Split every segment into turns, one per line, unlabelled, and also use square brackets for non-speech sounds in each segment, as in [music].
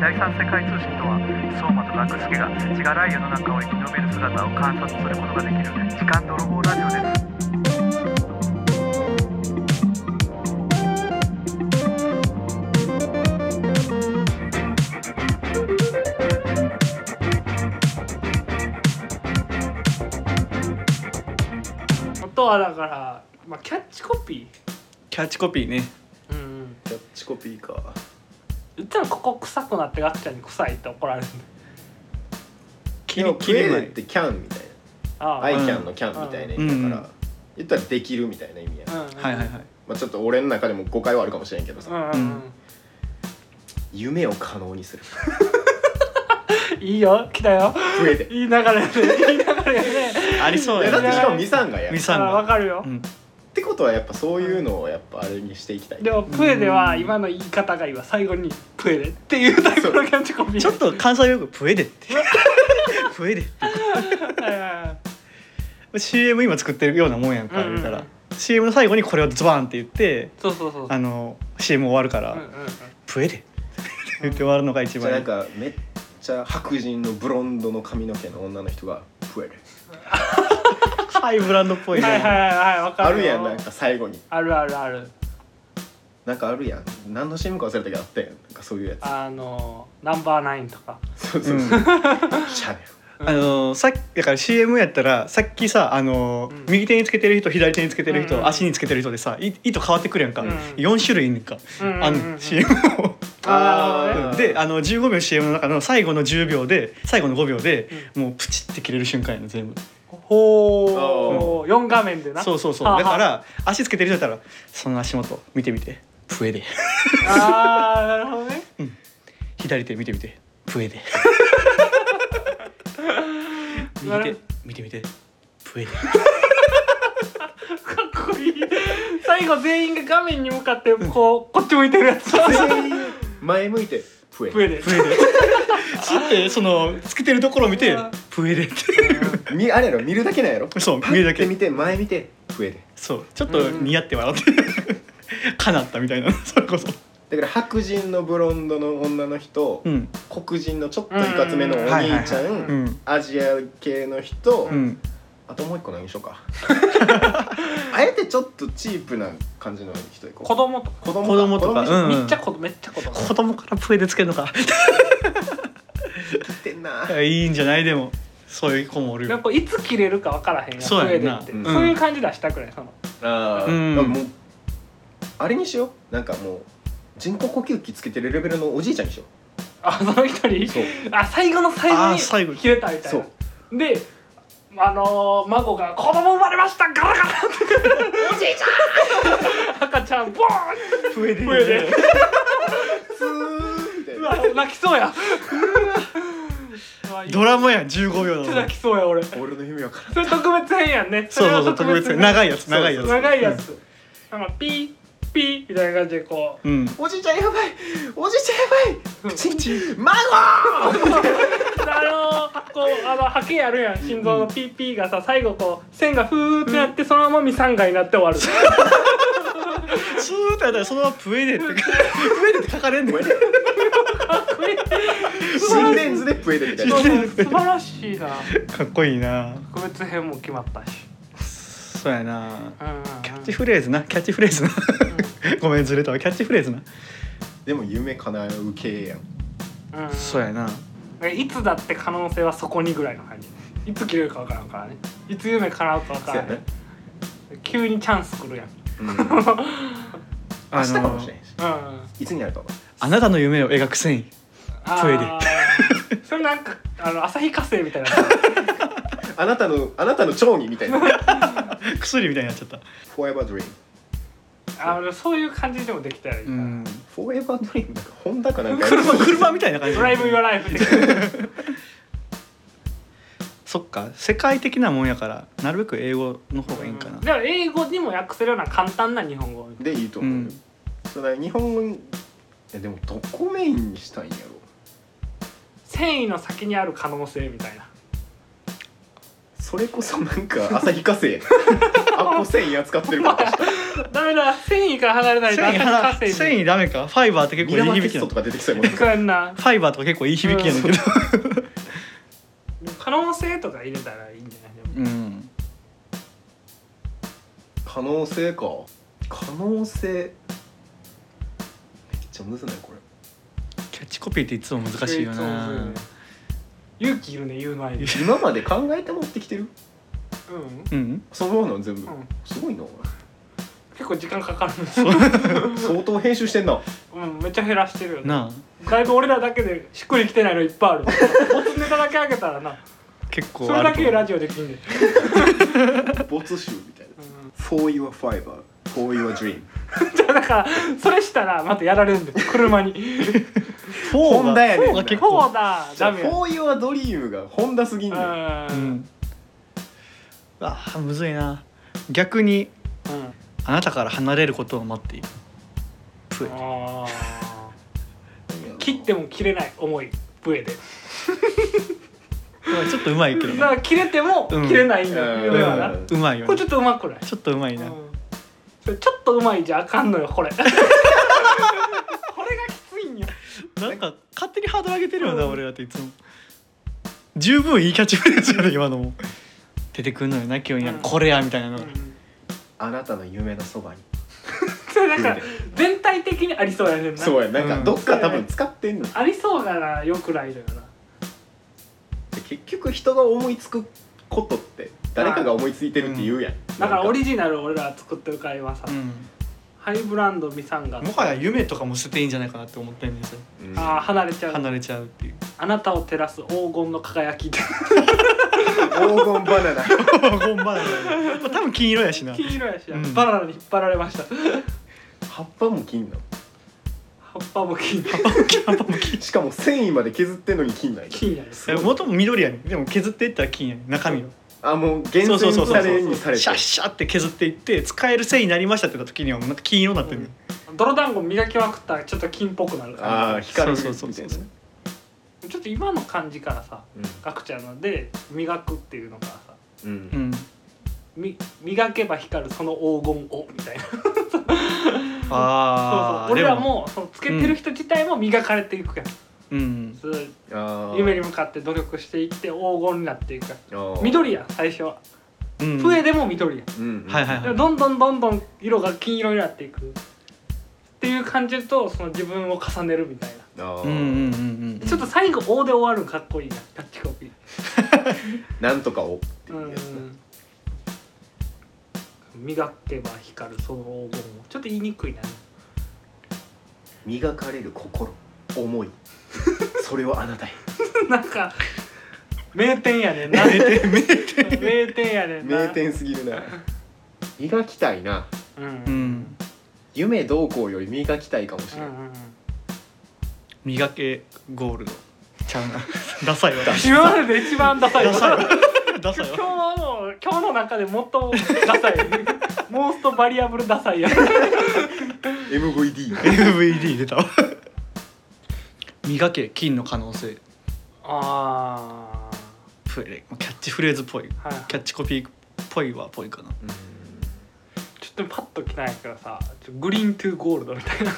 第三世界通信とは相馬と学助が血がライオの中を生き延びる姿を観察することができる時間泥棒ラジオです
あとはだから、まあ、キャッチコピ
キャッチコピーね
ーうん
キャッチコピーか
言ったらここ臭くなってガクちゃんに臭いって怒られる
切
で
り
も
切
食
り
え
な
るっ
い
てキャンみたいな
ああ
アイキャンのキャンみたいな意味だから、
うん
言ったらできるみたいな意味や、
うんうん
はいはいはい
まあ、ちょっと俺の中でも誤解はあるかもしれんけどさ、
うんうんうん
夢を可能にする
いいよ来たよ
増えて
[laughs]
いい流れやねいい流れやね
ありそう
いや
や
だって
ね
しかもミサンがやる
ミ
っ
サン
あわ
が
かるよ、
うん
てことはやっぱそういうのをやっぱあれにしていきたい
でもプエでは今の言い方がいいわ最後に「プエで」っていうタイプのキャッチコピー
ちょっと関西よく「プエデ」って [laughs] プエデって
はいはいはい
CM 今作ってるようなもんやんか
うんうん
言うたら、CM の最後にこれをズバーンって言って
そうそうそう
あの CM 終わるから「
うんうんうん
プエデ」って言って終わるのが一
じゃ
番
あ
い
ないんかめっちゃ白人のブロンドの髪の毛の女の人が増える
ハイブランドっぽいね、
はいはいはいはいわか
あ
る
るやん
よ
なんか最後に
あるあるある
なんかあるやん何の CM か忘れたけどあったやんなんかそういうや
あのナンバーナインとか
つそうそううん
[laughs]
そうシャネル
あのさっきだから CM やったらさっきさあの、
うん
右手につけてる人左手につけてる人、
うんうん
足につけてる人でさい糸変わってくるやんか、
うん
4種類いんねんか、
うんうんうん
あの CM を
あーなるほどね
うん
であの15秒 CM の中の最後の10秒で最後の5秒で、もうプチって切れる瞬間やの全部
ほう4画面でな
そうそうそう
はあはあ
だから足つけてる人だったらその足元見てみてプエで [laughs]
ああなるほどね
左手見てみて
[laughs]
プエで
な
右手
る
見てみてプエで
かっこいい最後全員が画面に向かってこう [laughs] こっち向いてるやつ
全員前向いて増え
プエ
る
で
プエ
[laughs]
で知ってそのつけてるところを見て
うん
プエでって
みあれやろ見るだけなんやろ
そう見るだけ
見て前見て増える
そうちょっと似合って笑って、 [laughs] かなったみたいなそれこそ
だから白人のブロンドの女の人、
うん
黒人のちょっといかつめのお兄ちゃん、
うんはいはいはい
うん
アジア系の人、
うん
あともう一個何しようか [laughs] あえてちょっとチープな感じの人いこう
子供とか
子供
子供とか
子
うん
めっちゃ子供めっちゃ子供
子供からプエでつけるのか
生きてんな
[laughs]
い
いんじゃないでもそういう子もお
や
る
っ
よ
ぱいつ切れるかわからへんやん
そうやん
プエで
な
って
うん
そういう感じ出したくないその
あ
うん
ー、もうあれにしようなんかもう人工呼吸器つけてるレベルのおじいちゃんにしよ
あその人に
うそう
あ最後の
あー
最
最
後に
後に
切れたみたい
そ
なであのー孫が「子供生まれましたガラガラ!」って「おじいちゃん!」赤ちゃんボー
プエで
増えで
スー [laughs] みたい
ンう
な
わ泣きそうや
ドラマやん15秒
めっ
な
ちゃ
の
泣きそうや俺そ
俺の夢わからん
れ特別編やんね
そうそうそう
れは
特別長いやつ
そうそう
長いやつ
長いやつなんかピーピーみたいな感じでこう
うん、うん
おじいちゃんやばいおじいちゃんやばい口に孫
あのーこうあの波形あるやん心臓のピーピーがさ最後こう線がフーってなってそのままミサンガになって終わる
スーッてやったらそのままプエでってプエでって書かれんねん [laughs]
これで心電図で増えるみたいな
そうそう [laughs] 素晴らしいな
かっこいいな
特別編も決まったし、
そうやな
うんうんうん、
キャッチフレーズなキャッチフレーズなごめんずれたわキャッチフレーズな、
でも夢叶う系やん
うんうん
そうやな
えいつだって可能性はそこにぐらいの感じいつ切れるか分からんからねいつ夢叶うか分か
そう
ら
や
ん、
ね、
急にチャンス来るやん、 [laughs]
うん、明
あ
日かもしれんし
うんうん、
いつになるかも
あなたの夢を描く繊維
あーそれなんかあの朝日火星みたいな
あなたのあなたの腸に
[laughs]
みたいな
薬みたいになっちゃった
Forever Dream
あのそういう感じでもできたらいいか
う
ら、
ん
Forever Dream なんかホンダかなんか
車車みたいな感じ
ドライブ・ヨア・ライフ的な
そっか世界的なもんやからなるべく英語の方がいいんかな、
でも英語にも訳せるような簡単な日本語
でいいと思うよ、
うん
それ日本いやでもどこメインにしたいんやろ
繊維の先にある可能性みたいな
それこそなんか旭
[laughs]
化成アッコ繊維扱ってるから
[laughs] ダメだ繊維から離れないと
繊維
汗
は
かせ
繊維ダメかファイバーって結
ミ
構い
ラ
い
マテ
響
ス
き
ト
な
と
の
か出てきそうやもんね
こうやんな
ファイバーとか結構いい響きやねんけど
[laughs] 可能性とか入れたらいいんじゃないでも
うん
可能性か可能性めっちゃむずないこれ
キャッチコピーっていつも難しいよな
勇気いるね言う前に
今まで考えて持ってきてる
うん
うん
そのままなの全部、
うん
すごいな
結構時間かかる
相当編集してんな
[laughs] うんめっちゃ減らしてるよね
な
だいぶ俺らだけでしっくりきてないのいっぱいあるボツネタだけあげたらな
あ結構
それ
あ
だ
ると
け
思う
ラジオできんねん
没集みたいな
うん
「For your fiber for your dream
じゃあだからそれしたらまたやられるんで車に
フォー
ホン
が
ダやね
フォ
んな
ーが結
そう
構
だ」
じゃ
ダ
あ「
メよ
For your dream」がホンダすぎんねん
う
うん
んあーむずいな逆に
うん
あなたから離れることを待っているプエ
あー切っても切れない思いブエで
ちょっとうまいけど
だ
な
から切れても
うん
切れないんだ
うん
よ夢 [laughs] はな
うん
うまいよ
これちょ
ね
っとうまくない
ちょっとうまいな
うんそれちょっとうまいじゃあかんのよ
[laughs]
これこれがきついんよ
なんか勝手にハードル上げてるよな俺らっていつも十分いいキャッチフレーズやね今のも出てくんのよな急に
うん
これやみたいなのが
あなたの夢のそばに
それなんか全体的にありそうやねんな
そうやなん
う
か
ん
どっか多分使ってんの
ありそうならよくないのよな
結局人が思いつくことって誰かが思いついてるって言うやん
だからオ
俺
リジナルを俺らが作ってる会はさ、
うん
ハイブランドミサンガ
もはや夢とかも捨てていいんじゃないかなって思ってるんですよ
ああ離れちゃう
離れちゃうっていう
あなたを照らす黄金の輝き
黄金バナナ
本場だねまあ多分金色や
[laughs]
しな
黄色やしな、
うん
バナナに引っ張られました
葉っぱも金なの
葉っぱも金
しかも繊維まで削ってんのに金ない
金やね
す
え
ごい
元も緑やねでも削っていったら金やね中身を
あもう厳
そうそう
選
そう
さ
そう
れにされて
シャッシャって削っていって使える繊維になりましたって言った時にはもうなんか金色になってる、
泥団子磨きまくったらちょっと金っぽくなるから
ああ光るみた
そ
いうな
そうそうそう
う
ちょっと今の感じからさ
ん
ガクちゃんので磨くっていうのからさ
うん
うん
み磨けば光るその黄金をみたいなそうそ
あ
う
あ
俺らもそのつけてる人自体も磨かれていくやん、
うん
そういう
あー
夢に向かって努力していって黄金になっていくやん
あー
緑やん最初は、
うん
笛でも緑やん
うんうん
はいはいはい
でもどんどんどんどん色が金色になっていくっていう感じとその自分を重ねるみたいな
あー
うんうんうんうん
ちょっと最後「O」で終わるのかっこいいなキャッチコピ
なんとかを
ーうん磨けば光るその黄金をちょっと言いにくいな [laughs]
磨かれる心
[laughs]
思いそれをあなたへ
なんか名店やねんな名店やねんな
名店すぎるな磨きたいな
うんうん
う
うん
ん
夢どうこうより磨きたいかもしれない、
うん
磨けゴールドちゃうなダサいわ
今までで一番ダサいわ
ダサいわダサい
今日
わ
はもう今日の中で最もダサいモーストバリアブルダサいや
MVD
MVD 出たわ磨け金の可能性
あ
プエレキャッチフレーズっぽい
あはい
キャッチコピーっぽいはっぽいかな
ちょっとパッと来ないからさちょグリーントゥーゴールドみたいな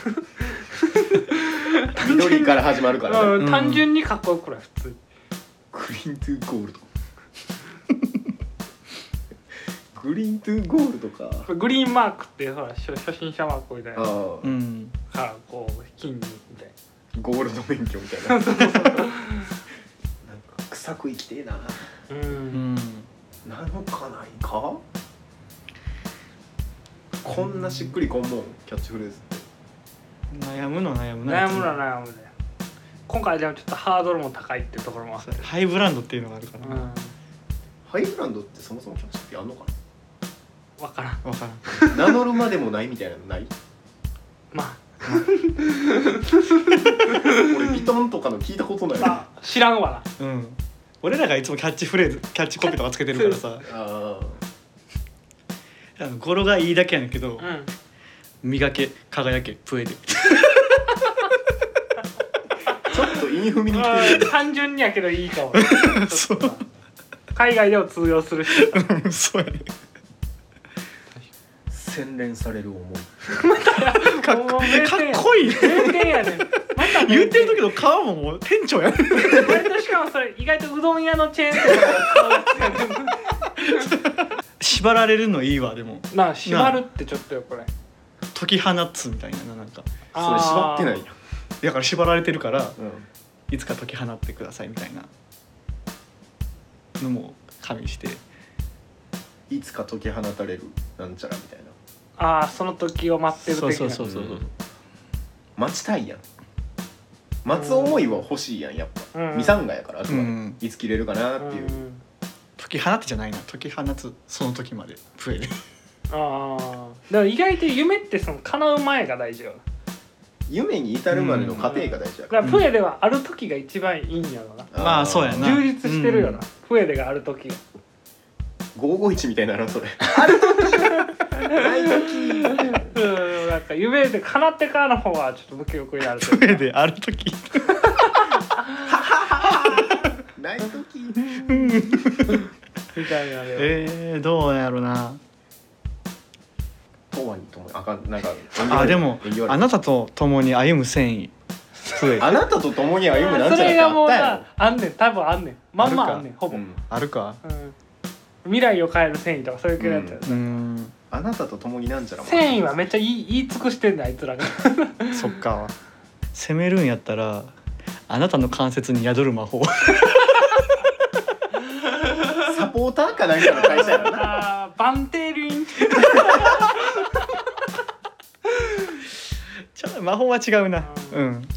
緑から始まるからね、
うん
うん
単純にかっこよくない普通
グリーントゥーゴールドグリーントゥーゴールドか
これグリーンマークってほら初初心者マークみたい
あ
な
ー、
うん
からこう金にみたい
ゴールド免許みたいななんか臭く生きてえな
なう
うんん
なのかないかこんなしっくりこんもんキャッチフレーズって
悩むのは悩むな
悩むな悩むね今回でもちょっとハードルも高いってところもある
ハイブランドっていうのがあるか
う
ら
ん
ハイブランドってそもそもキャッチってやんのか
分からん
わからん
な名乗るまでもないみたいなのない
まあ
俺ビトンとかの聞いたことない
まあ知らんわな
うん俺らがいつもキャッチフレーズキャッチコピーとかつけてるからさ
あ
あの語呂がいいだけやねんけ
う
ど
ん
磨け輝けプエレ
ーちょっと韻踏みに来てる
単純にやけどいいかも
そう
ちょっと海外でも通用するし
うんそうやね
洗練される思い
[laughs] かっ
も
こ
う名店
かっこいい
名店やねんまた名店
言ってる時の顔ももう店長やね
割としかもそれ意外とうどん屋のチェーン店とかが使うや
縛られるのいいわでも
つまあ縛るってちょっとよこれ
解き放つみたいななんか
それ縛ってない
あ
やん
だから縛られてるから
うん
いつか解き放ってくださいみたいなのも加味して
いつか解き放たれるなんちゃらみたいな
ーあーその時を待ってる的な
そうそうそうそう
待ちたいやん待つ思いは欲しいやんやっぱ、
うん
ミサンガやからあくまで、
うん
いつ切れるかなっていう、
うん
解き放ってじゃないな解き放つその時までプエル
ああだから意外と夢ってその叶う前が大事よ
夢に至るまでの過程が大
だ
事や
か
から
プエではある時が一番いいんやろな、
ら、
まあそうやな
充実してるよな、
うん
プエでがある時が
551みたいなのそれある時ない時
うんなんか夢で叶ってからの方はちょっと無気力になるという
プ
か
エルである時
ない時
みたいなのよ
[laughs] [laughs] えー、どうなんやろな
とはにともあかんなんか
あでも
縁起悪い
あなたと共に歩む繊維プエル
あなたと共に歩むなん
そ
ちゃら
れ
って
が
あ
も
っ
う
たや
なあんねん多分あんねんまんまあんねんほ
ろ、
ぼ、
う
うん
ん、
あるか
未来を変える繊維とかそういう系のやつや
うーん
あなたと共になんちゃらも
繊維はめっちゃ言い言い尽くしてんねんあいつらが
そっか攻めるんやったらあなたの関節に宿る魔法
サポーターかなんかの会社やろな
あ [laughs] ーバンテリン
[laughs] ちょっと魔法は違うなうん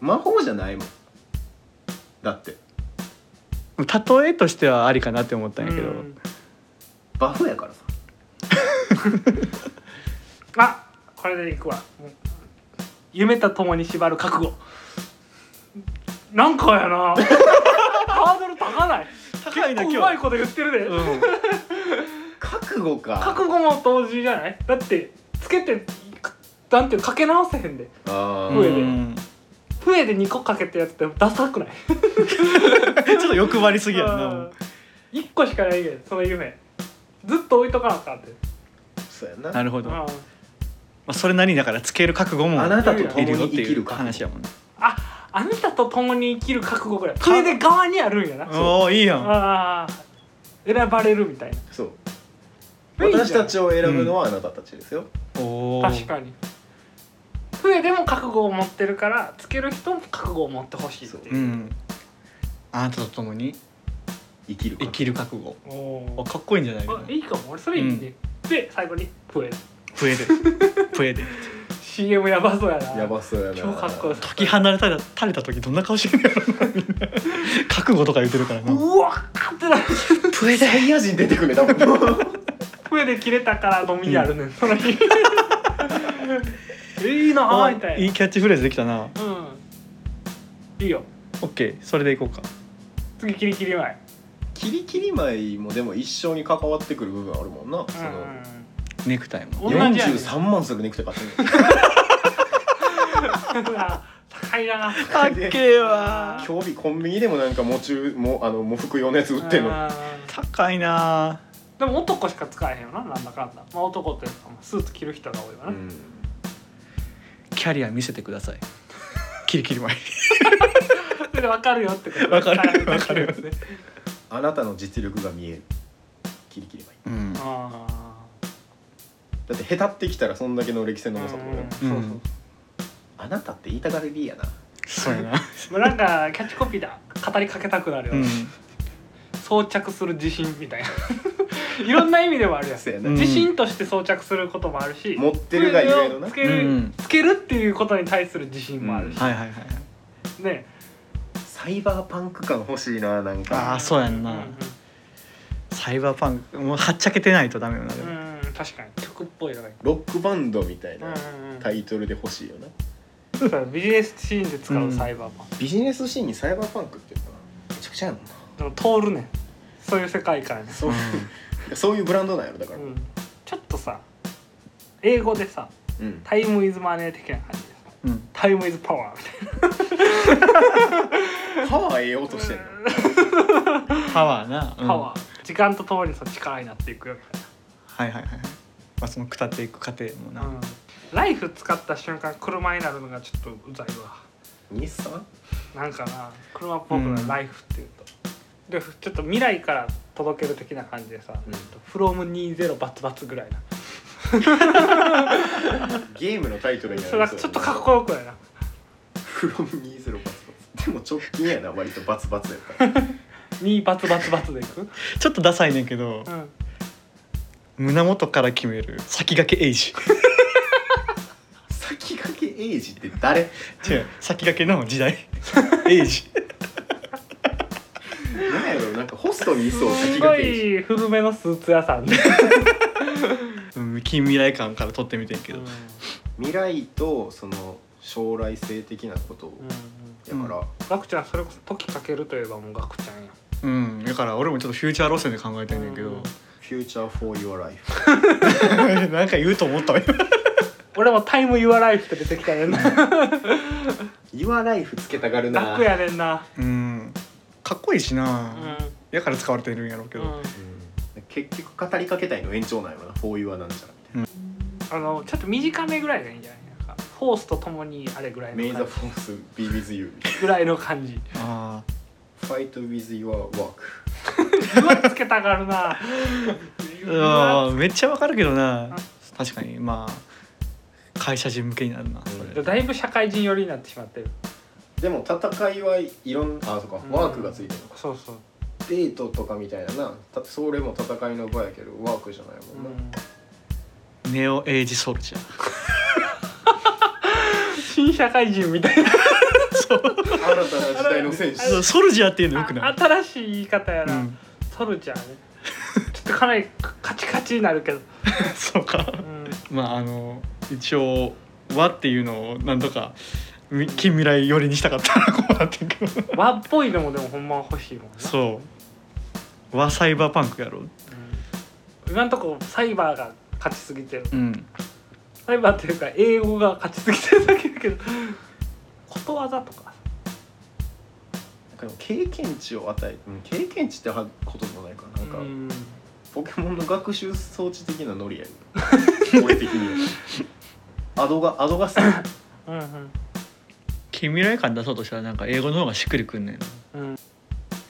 魔法じゃないもんだって
例えとしてはありかなって思ったんやけど、
うん
バフやからさ
あこれでいくわうん夢と共に縛る覚悟なんかや
[laughs]
なハードル高ない
高いな
結構う
今
まい
日
こと言ってるで、
うん
覚悟か
覚悟も同時じゃないだってつけてなんていうのかけ直せへんで
あ
上で
うん
笛で2個かけたやつってダサくない
ちょっと欲張りすぎやんなもう
1個しかないやんその夢ずっと置いとかなあかんって
あそうやな
なるほど、
あ
まあ、それなりにだからつける覚悟も
あなたと共
いる
に
よ
生
って
き
い
る
う
か
話やもんね
ああなたと共に生きる覚悟ぐらい笛で側にあるんやなそう
おおいいやん
ああ選ばれるみたいな
そう
いいじゃん
私たちを選ぶのはあなたたちですよ、
おお
確かに笛でも覚悟を持ってるからつける人も覚悟を持ってほしいっていううん
あなたと共に
生きるか
生きる覚悟
お
あ
ー
かっこいいんじゃないかな
あいいかも俺それいいね、で最後に笛
プエで
[laughs]
プエで
CM やばそうやな
やばそうやな
超かっこよさ
解き離れたら垂れた時どんな顔してるんやろなみんな覚悟とか言ってるからな
うわーってなる
プエサイヤ人出てくるね多 [laughs] 分
笛で切れたから飲みやるねん、その日 [laughs] いいな
あ
ーみたいない
いキャッチフレーズできたな
うんいいよ
オッケーそれでいこうか
次キリキリ前
キリキリ舞もでも一生に関わってくる部分あるもんな、その
う
ネクタイも
同じやねん
43万するネクタイ
[laughs]
買ってんの
んうわ [laughs] 高いな
かっけえわ
今日日コンビニでもなんか喪中もあの喪服用のやつ売ってんの
うん
高いな
でも男しか使えへんよななんだかんだまあ男っていうかスーツ着る人が多いわ
う
な、
ん
キャリア見せてくださいキリキリ前
それで分かるよってこと
わかる
わ
わかる
ですね
あなたの実力が見えるキリキリ舞
うん
あ
だって下手ってきたらそんだけの歴戦
ーう
の
ん
多さ
そう
と、
そうそう、
あなたって言いたがりりやな
そうやな
もうなんかキャッチコピーだ語りかけたくなるよ、
うん
装着する自信みたいな [laughs] いろんな意味でもあるやん
そうやな、
うん
自信として装着することもあるし
持ってるがゆえのな
つける、
うん
つけるっていうことに対する自信もあるし、
はいはいはい
ね
サイバーパンク感欲しいななん
あ
か
ーそうやんなサイバーパンクもうはっちゃけてないとダメよなで
うん
も
うん、うん確かに曲っぽいのがいい、
ロックバンドみたい
うん
な
うんうん、
タイトルで欲しいよな
そうビジネスシーンで使うサイバーパン、
ビジネスシーンにサイバーパンクっていうのかなめちゃくちゃやもんな
でも通るねんそういう世界観やね、
そう,、そう [laughs] いうブランドなんやろだから
うん、ちょっとさ英語でさ
うん
タイムイズマネー的な感じでさ
うん
タイムイズパワーみたい
パワー得ようとしてんの
パワーな、うん
パワー、時間とともにその力になっていくよみたい
はいはいはいはい、まあ、その下っていく過程もな、
な、うん、ライフ使った瞬間車になるのがちょっとうざいわ
日産
なんかな車っぽくない、
うん
ライフっていうとでふちょっと未来から届ける的な感じでさ、
うん
フロム20バツバツぐらいな
ゲームのタイトルにな
それなんかちょっとかっこよくないな
フロム20バツバツでも直近やな割とバツバツやから
2バツバツバツでいく、
ちょっとダサいねんけど
うん、
胸元から決める先駆けエイジ
先駆けエイジって誰
違う先駆けの時代エイジ
なんやろなんかホストにいそう
す
先
ご
駆けエイジ
い古めのスーツ屋さんで、
うん近未来感から撮ってみてんけど、
未来とその将来性的なことをやから、
ガクちゃんそれこそ時かけるといえばもうガクちゃんや
うんだから俺もちょっとフューチャー路線で考えてんねんけ
うん
ど
フューチャーフォーユアライ
[laughs]
フ
なんか言うと思ったわ今
俺も「タイム・ユア・ライフ」って出てきたねんな
ユアライフつけたがるな
楽やねんな
うんかっこいいし
う
な、
ん、
やから使われてるんやろうけど、
うん
うん結局語りかけたいの延長なんやろなフォーユアなんじゃらみたい
あのちょっと短めぐらいがいいんじゃないなんかフォースとともにあれぐらい
な「メイザ
の感
フォースビービズユー」
じぐらいの感じ
あ
「ファイトウィズユアワーク
うわつけたがるな
あめっちゃわかるけどな確かにまあ会社人向けになるなそれ、
だいぶ社会人寄りになってしまってる」
でも戦いはいろんなあそうか
うん
ワークがついてるのか
そうそう、
デートとかみたいななたそれも戦いの場やけどワークじゃないもんな、
ネオエイジソルジャー
新社会人みたいな
新たな時代の選
[laughs]
手
あれ
そうソルジャーっていうのよくない
あ新しい言い方や
う
な、
ん、
ソルジャーねちょっとかなりカチカチになるけど、
そうか
うん、
まああの一応和っていうのをなんとかみ近未来寄りにしたかったらこうなって
[laughs]
んけど
和っぽいのもでもほんまは欲しいもんな
そう和サイバーパンクやろ
うん今んとこサイバーが勝ちすぎてる
うん
サイバーっていうか英語が勝ちすぎてるだけだけどことわざとか
なんかでも経験値を与えうん経験値ってはことでもないかななんか、
うん
ポケモンの学習装置的なノリやる [laughs] 俺的にはアドがアドがさ
うんうん
近未来感出そうとしたらなんか英語の方がしっくりくんねん
うん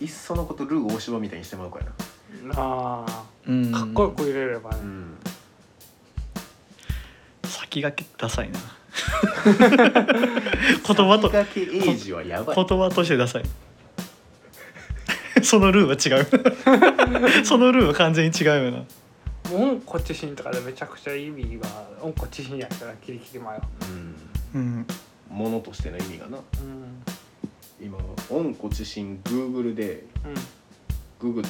いっそのことルー大柴みたいにしてもらうからな
ああ
うん
かっこよく入れればね、
ん
先駆けダサいな [laughs] 言葉と
先駆けエイジはやばい
言葉としてダサい [laughs] そのルーは
[laughs]
違うそのルーは完全に違うよな
もう「うんこちしん」とかでめちゃくちゃ意味は「うんこちしん」やからキリキリ迷う、
うん
うん
ものとしての意味がな
うん
今恩子自身グーグルで
う
ググ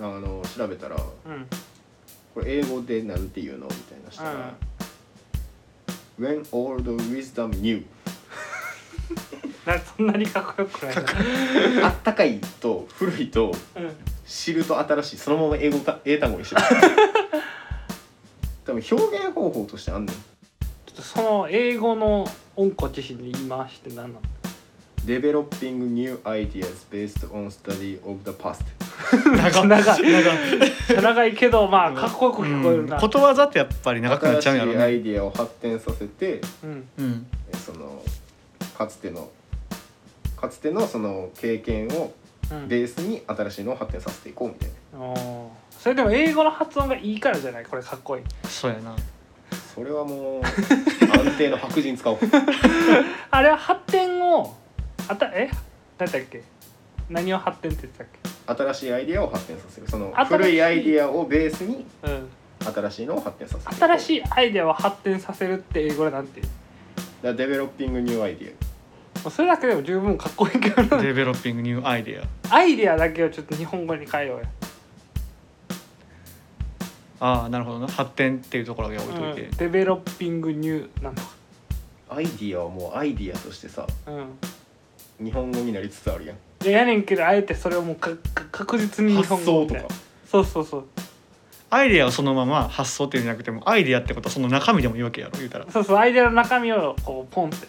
あの調べたら
んうん
これ英語でなんて言うのみたいなしたら「When old wisdom new
なんかそんなにかっこよくないな」
あったかいと古いと
うん
知ると新しいそのまま英語か英単語にしてる多分表現方法としてあんねん
ちょっとその英語の「うんこちしん」で言い回しって何なの
Developing new ideas based on study of the past
長
長い
長
長いけどまあかっこよく聞こえるな、
うんことわざってやっぱり長くなっちゃうんや
新し
ろ
いうア
ね
イデアを発展させて
うん
うん
えそのかつてのかつてのその経験を
うん
ベースに新しいのを発展させていこうみたいな
おーそれでも英語の発音がいいからじゃないこれかっこいい
そうやな
それはもう安定の白人使おう
あれは発展をあたえ何だっけ何を発展って言ってたっ
新しいアイデアを発展させるその
新しい
古いアイデアをベースに
けうん
新しいのを発展させて
新
い
しいアイデアを発展させるって英語でなんて言う
こうだデベロッピングニューアイデア
もうそれだけでも十分かっこいいけどな
デベロッピングニューアイデア
アイデアだけをちょっと日本語に変えようや
ああなるほどな発展っていうところだけ置いといて、
うんデベロッピングニューなんとか
アイディアはもうアイディアとしてさ
うん
日本語になりつつあるや
い
ん
ややねんけどあえてそれをもうかか確実に日
発
本語
想
み
と
たい
か
なそうそうそう
アイデアをそのまま発想っていうんじゃなくてもアイデアってことはその中身でもいいわけやろ言うたら
そうそうアイデアの中身をこうポンって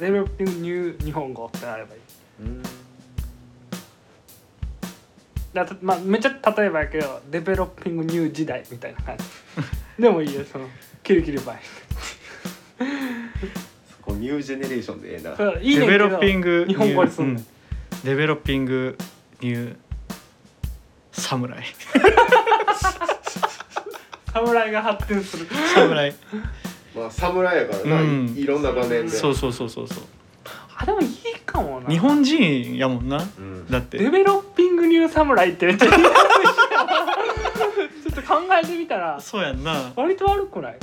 デベロッピングニュー日本語ってなればいい
うん
だたまあめっちゃ例えばやけどデベロッピングニュー時代みたいな感じでもいいよそのキルキルバイ
そこニュージェネレーションでええな、
それいい
[laughs]
ね
デ
ん
ベ
けど
ロッピング
日本語にすん
ニ
の
ューうんデベロッピングニュー侍
侍が発展する [laughs]
侍
[laughs] まあ侍やからな、
うん
いいろんな場面で
そうそうそうそうそう
あでもいいかもな
日本人やもんな
うん
だって
デベロッピングニュー侍ってめ [laughs] っちゃいいなちょっと考えてみたら
そうやんな
割と悪くない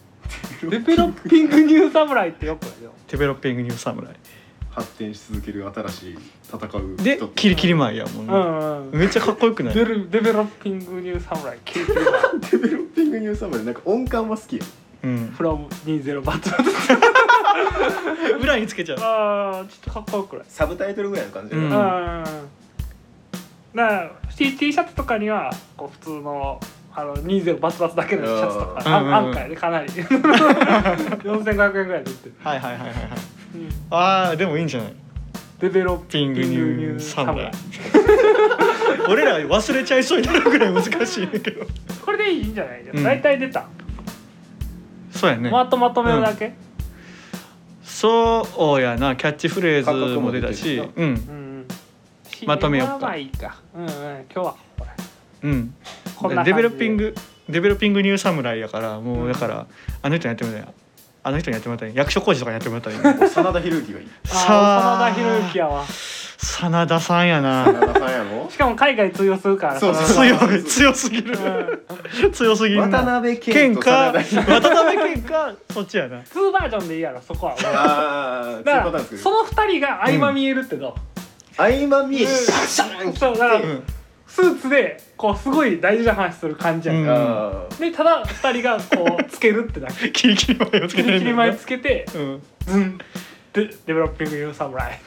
[laughs] デベロッピングニュー侍ってよくないよ
デベロッピングニュー侍
発展し続ける新しい戦う人
でキリキリマンやもん
う
な、
んうん
めっちゃかっこよくない
デルデベロッピングニュー侍キルキルバイ
デベロッピングニュー侍なんか音感は好きや
うん、
from 20バトル
裏につけちゃ
[laughs]
う
ああちょっとかっこよくない
サブタイトルぐらいの感じや
うん
な、
うんな T, T シャツとかにはこう普通のあの20バツバツだけのシャツとか
うんうんうん
あ安価やでかなり
[laughs]
4500円ぐらいで売ってる、
はいはいはいはいはい
うん
あーでもいいんじゃない
デベロッ
ピ
ピ
ン
ン
グ
グ
ニ
ニュ
ュー
ー
サ
サ
ム
ム
ラ
ラ
イ
イ
俺ら忘れちゃいそうになるぐらい難しいんだけど
これでいいんじゃない
うん
大体出た、
そうやね
まとまとめるだけ、
そうやなキャッチフレーズも出たし
価格
うん
うんうん、
まとめようか
まあまあいいかうんうん今日はこれ
うん
こんな感じ
デベロッピングデベロッピングニューサムライやからもうだから、あの人にやってもらったらいいあの人にやってもらったらいい役所工事とかにやってもらったらいい
真田広之がいい
ああ真田広之やわ
真田さんやな
真田さんやろ
しかも海外通用するから
そう
真田さん
強い強すぎる
うん
強すぎるな
渡辺謙
健
と
か
真田
渡
広之
辺健かそっちやな
2バージョンでいいやろそこは
ああそういう
だか
パタ
ら
ーン作
その2人が合間見えるってどう、
る合間見えシャンシャン
そうだから、
うん
スーツでこうすごい大事な話する感じやん、
うん
あ
でただ2人がこうつけるってだけ
キリキリ前をつ
切
けて
り
る
切り前つけて
うん
ズンでデベロッピングユーサムライ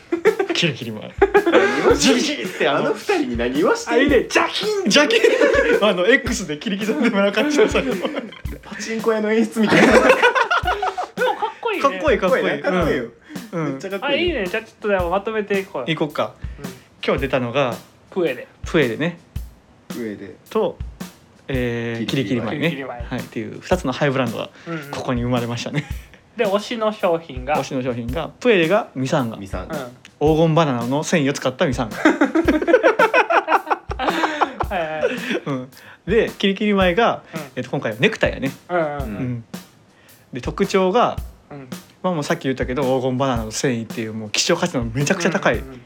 キリキリ前
ー何をしてってあの二人に何はし
あれ
てる
でジャキン
ジャケットあの X で切り刻んでもらう感じのさかっ
パチンコ屋の演出みたいなかっ
かっこいいね
こいいかっこいい
なかっこいいよ、
うん
めっちゃかっこ
あ
いい
いいねじゃあちょっとでもまとめていこう
行
よ、
こっか
うん、
今日出たのが
プエで
プエでね
上で
と、えー、キ
キ
リキリ
リキリ
マ
マ
イ
イ
ね
キリキリマイ
はい、っていう2つのハイブランドが
うんうん
ここに生まれましたね、
で推しの商品が
推しの商品がプエレがミサンガ
ミサン
うん、
ガ
は
黄金バナナの繊維を使ったミサンガ、
いはい
うん、でキリキリマイが、えっと今回はネクタイやね、
うんうん
う、
うん
で特徴が、
うん
まあ、もうさっき言ったけど黄金バナナの繊維っていうもう希少価値のめちゃくちゃ高い、
うんうんうん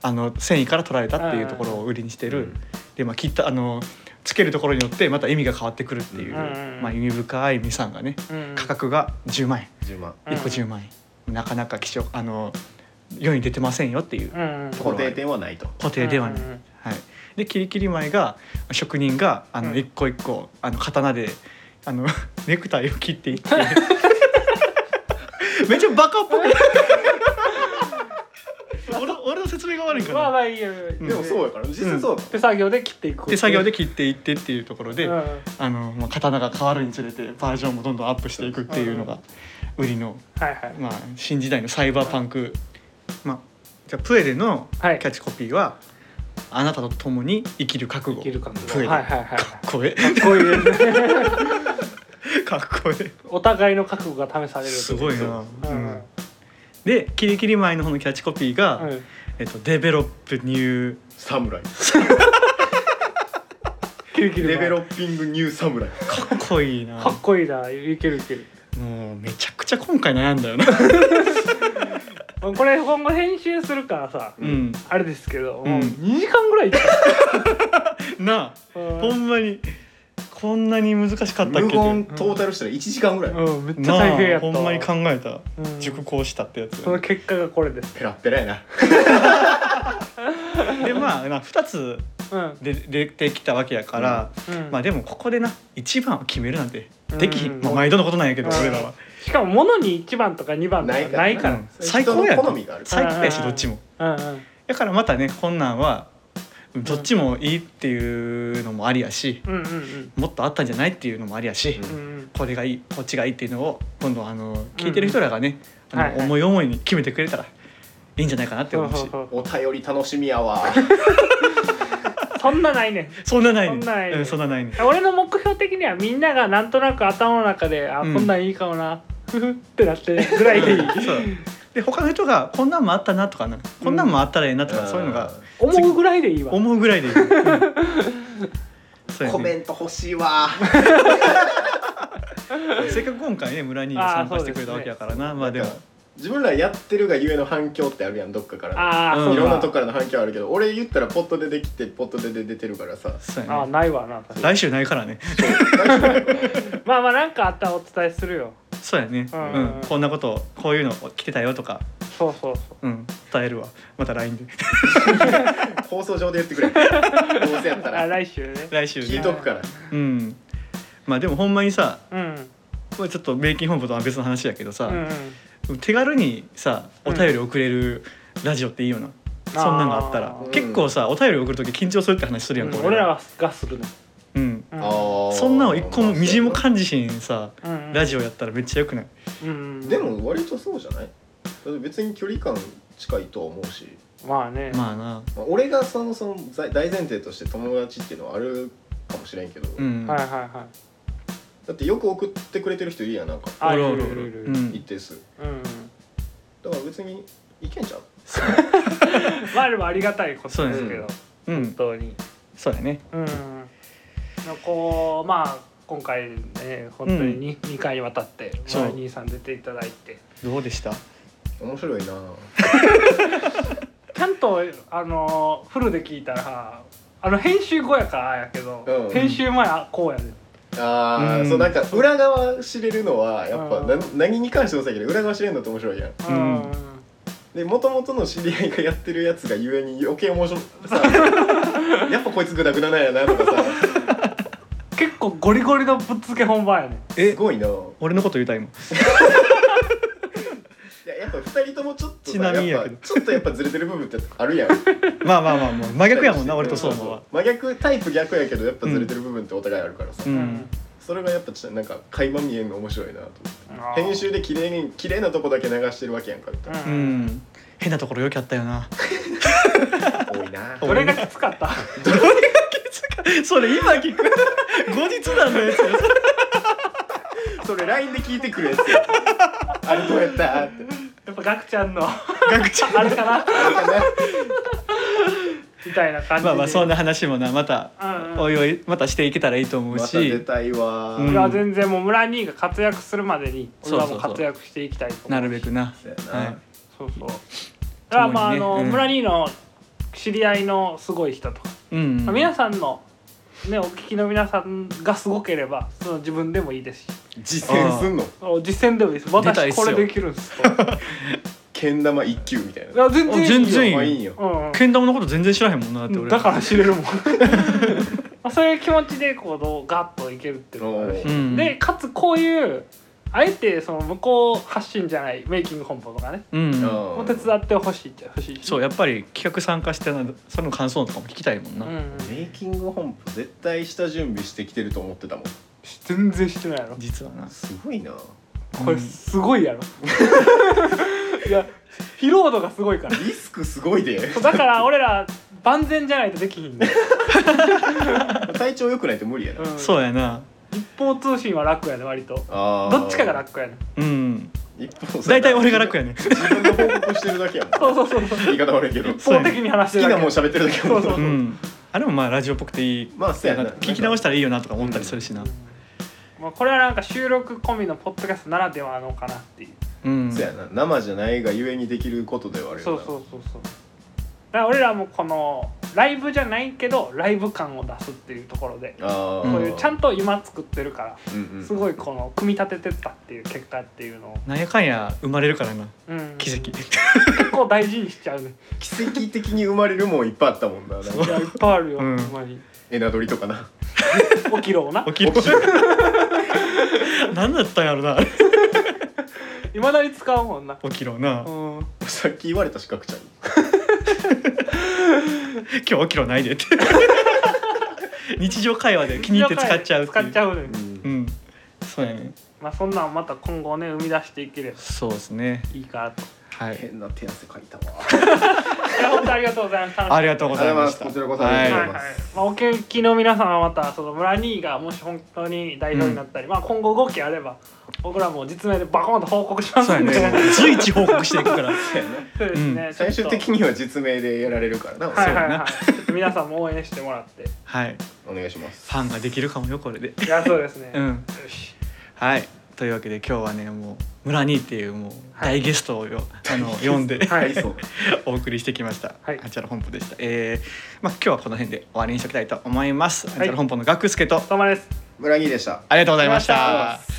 あの繊維から取られたっていうところを売りにしてる、
うん
で、まあ、切ったあのつけるところによってまた意味が変わってくるっていう、
うん
うんうん
まあ、意味深いミサンガね
うんうん
価格が10万円
10万
うん
1個10万円、なかなか希少あの世に出てませんよっていう
うんうん
固定点はないと
固定ではない、
うんうんうん
はい、でキリキリ前が職人があ
う
の
ん
一個一個あの刀であの [laughs] ネクタイを切っていって [laughs] めっちゃバカっぽ
[laughs]
くない俺の俺の説明が悪いんか
まあ
な
まあいいよいいよ、
でもそうやから実際そうやか
手作業で切っていく
で作業で切っていってっていうところで、
うん
あのまあ、刀が変わるにつれてバージョンもどんどんアップしていくっていうのが売りの
はいはい
まあ、新時代のサイバーパンク、まあ、じゃあプエレのキ
は
ャ
い
ッチコピーは、あなたと共に生きる覚悟
切る感じ
プエ
はい
レ、
はいは
か
い
っこえ
かっこいいですね [laughs]
えかっこえ
お互いの覚悟が試さ
え
れる
すごい
う
な、
んうんうん
でキリキリ前の方のキャッチコピーが、えっと、デベロップニュー
侍
切る切る
デベロッピングニュー侍
かっこいいな
かっこいいないけるいける
もうめちゃくちゃ今回悩んだ
[laughs]
よな
これ今後編集するからさ
うん
あれですけど、
うん
もう2時間ぐらいいった
な
う
あ
ん
ほんまにこんなに難しかったっけっ
無
て
言トータルしたら1時間ぐらい
うんめっちゃ大変
な
や
あ
った
ほ
わ
んまに考えた、
うん
熟考したってやつ
その結果がこれです
ペラッペラやな
でまあな2つ
うん
で出てきたわけやから、
うん
まあでもここでな一番を決めるなんて
うん
できひん、
うん
まあ、毎度のことなんやけど
うん
俺らは、
しかも物に1番とか2番とかないか
う
ら
ん最高やと
人の好みがある
最高やし
うん
どっちも
うんうん
だからまたねこんなんはどっちもいいっていうのもありやし、
うんうん
もっとあったんじゃないっていうのもありやし、
うん
うんうん
これがいいこっちがいいっていうのを今度あの聞いてる人らがね、あの
はいはい
思い思いに決めてくれたらいいんじゃないかなって
そ
思
う
うし
そうそう
お便り楽しみやわ
そんなないねん
そんなないね
そんなないね
うんそんなないね
俺の目標的にはみんながなんとなく頭の中であ、
うん
こんなんいいかもなふふってなってるぐらいでいい
[laughs]
[laughs]
そうで他の人がこんなんもあったなとかなこんなんもあったらええなとか、 [laughs] そういうのが
思うぐらいでいいわ
思うぐらいでいい、うん [laughs] そう
うん
や
コメ
ね
ント欲しいわ
せっかく今回ね村に
あー
参加してくれたわけやからなまあでも
自分らやってるがゆえの反響ってあるやんどっかから
ああ、
うん
そう
い
か
ろんなとこからの反響あるけど俺言ったらポットでできてポットでで出てるからさ
そう
あ
や
あ
ね
ないわな確かに
来週ないからね
まあまあなんかあったらお伝えするよ
そうやね、
う
うんんこんなことこういうの来てたよとか、
そうそうそう
うん、伝えるわまた LINE で
放送上で言ってく
[laughs]
れどうせやった
あ
ら
来週ね
来週
聞い
ね
とくから
うんまあでもほんまにさ
うん
これちょっとメイキング本部とは別の話やけ
う
ど
んう
さ、
ん
手軽にさお便り送れるラジオっていいよな、そんなんがあったら
あ
ー
結構さお便り送る時緊張するって話するやんか
俺ら
は
はがするね
うん
う
あ
ん
ー
そんなの一個もみじんも感じしんさ
うんうん
ラジオやったらめっちゃよくない
うんうん
でも割とそうじゃないだって別に距離感近いとは思うし、
まあね
まあな
まあ、俺がそのその在大前提として友達っていうのはあるかもしれんけど、
うん
はいはいはい
だってよく送ってくれてる人いるやんなんか
あ
おるお
い
る
る
お
いるい
る
る
う
一
ん
定数
うんうん
だから別にいけんじゃん
まあでもありがたいことですけど
う
本
ん
当に
そうやね
うんなんかこうまあ今回ね本当に 2, 回にわたって
そう
前兄さん出ていただいて
どうでした
面
[laughs]
白いなぁ
ちゃんとあのフルで聞いたらあの編集後やからやけど、
うん
編集前はこうやで、
あー、
うん
そうなんか裏側知れるのはやっぱな
うん
何に関してもそうやけど裏側知れるのって面白いやん
う
うんん
で元々の知り合いがやってるやつがゆえに余計面白い
[laughs]
さやっぱこいつグダグダなんやなとかさ
結構ゴリゴリのぶっつけ本番やね
す
え
ごいなぁ
俺のこと言うた今
いややっぱ二人ともちょっとさ
ちなみに
や
や
っ
け
ぱ
ど
ちょっとやっぱずれてる部分ってあるやん
まあまあまあまあ真逆やもんな俺とそう思うわ
真逆タイプ逆やけどやっぱずれてる部分ってお互いあるからさ、
う
うん
それがやっぱちょっとなんか垣間見えんの面白いなと思って
あー
編集で綺麗に綺麗なとこだけ流してるわけやんか
う、
うんん変なところよくあったよな
多いな
どれがきつかった [laughs]
それ今聞く後日談のやつや
それ LINE で聞いてくるやつやあれどうやっ
[laughs]
たって
やっぱガクちゃんの
ガクちゃん
あれかな
あれかな
みたいな感じで
まあまあそんな話もなまた
うんうん
おいおいまたしていけたらいいと思う
また出
した
いわ
うん
いや全然もう村兄が活躍するまでに俺はもう活躍していきたいと思
な
う
るべくな
そうやな
はい
そうそうだからまああの、
共にねうん
村兄の知り合いのすごい人とか、
うん
まあ皆さんのねお聞きの皆さんがすごければその自分でもいいですし
実践すんの
実践でもいいです
出たい
私
っすよ
これできるんですとい
けん玉一級みたい
[laughs]
な
や全然いいよ
全然いい
まあいいんよ
うん
けん玉のこと全然知らへんもんなだって
うん、
俺
だから知れるもん [laughs] まあそういう気持ちでこうどうガッといけるっていうのがあるし
おー
うん
でかつこういうあえてその向こう発信じゃないメイキング本舗とかね
うん
も手伝ってほしいっちゃほしいし
そうやっぱり企画参加してなその感想とかも聞きたいもんな、
うんうん、
メイキング本舗絶対下準備してきてると思ってたもん
全然してないやろ
実はな
すごいな
これすごいやろいや疲労度がすごいから
リスクすごいで [laughs]
そうだから俺ら万全じゃないとできひんね、 [laughs]
体調良くないと無理やな、
うん、
そうやな
一方通信は楽やね割と
あー
どっちかが楽やね
うん
一方
大体俺が楽やね
自分の報告してるだけやもん
そうそうそうそう
言い方悪いけど好
一方的に話して
き
るだ
な
け
もん喋ってるだけやもん
そうそう
うんあれもまあラジオっぽくていい
まあそうやな
なんか聞き直したらいいよなとか思ったりするしな
まあ、これはなんか収録込みのポッドキャストならではなのかなっていう
うん
そうやな生じゃないがゆえにできることではあるよ
そ
な
うそうそうそうだから俺らもこのライブじゃないけどライブ感を出すっていうところで
あ
こういうちゃん
と、
と今作ってるから
うんうん
すごいこの組み立ててったっていう結果っていうのを、
なんやかんや生まれるからな
うん、
奇
[laughs]
跡
結構大事にしちゃうね
奇跡的に生まれるもんいっぱいあったもんななん
い
か
やいっぱいあるよ、
うん
ほんまに
エナドリとかな
起きろな
起きる何だったんやろ [laughs] ない
まだに使うもんな
起きろな
うん
さっき言われたし角ちゃんに
今日起きろないでって日常会話で気に入って使っちゃうって
使
い
っ
う
ちゃうね
うんそうやね
まあそんなんまた今後ね生み出していければ
そうですね
いいかなと
はい
変な手汗かい
[laughs]
たわ
いや本当ありがとうございます楽し
ありがとうございました
ありがとうご
は
ざ
はいい
ま
は
す
いはいまあ、お聞きの皆さんはまたその村兄がもし本当に代表になったり、まあ今後動きあれば僕らも実名でバコンと報告します
そうん
で
やね随一報告していくから
そうですね、
うん
最終的
に
には実名でやられるからな、
はいはい
そうや
は
ない
ちょっと皆さんも応援してもらって
はい
お願いします
ファンができるかもよこれで
いやそうですね、
う
よ
ん
し
はいというわけで今日はねもう村にっていうもう大ゲストをよ、あの読んで、
はい
そう
[laughs] お送りしてきました、
はい
あちら本舗でしたえー、まあ今日はこの辺で終わりにしておきたいと思います、あちら本舗のガクスケと
お疲れ様です
村木でした
ありがとうございまし
ありがとうござい
た
ます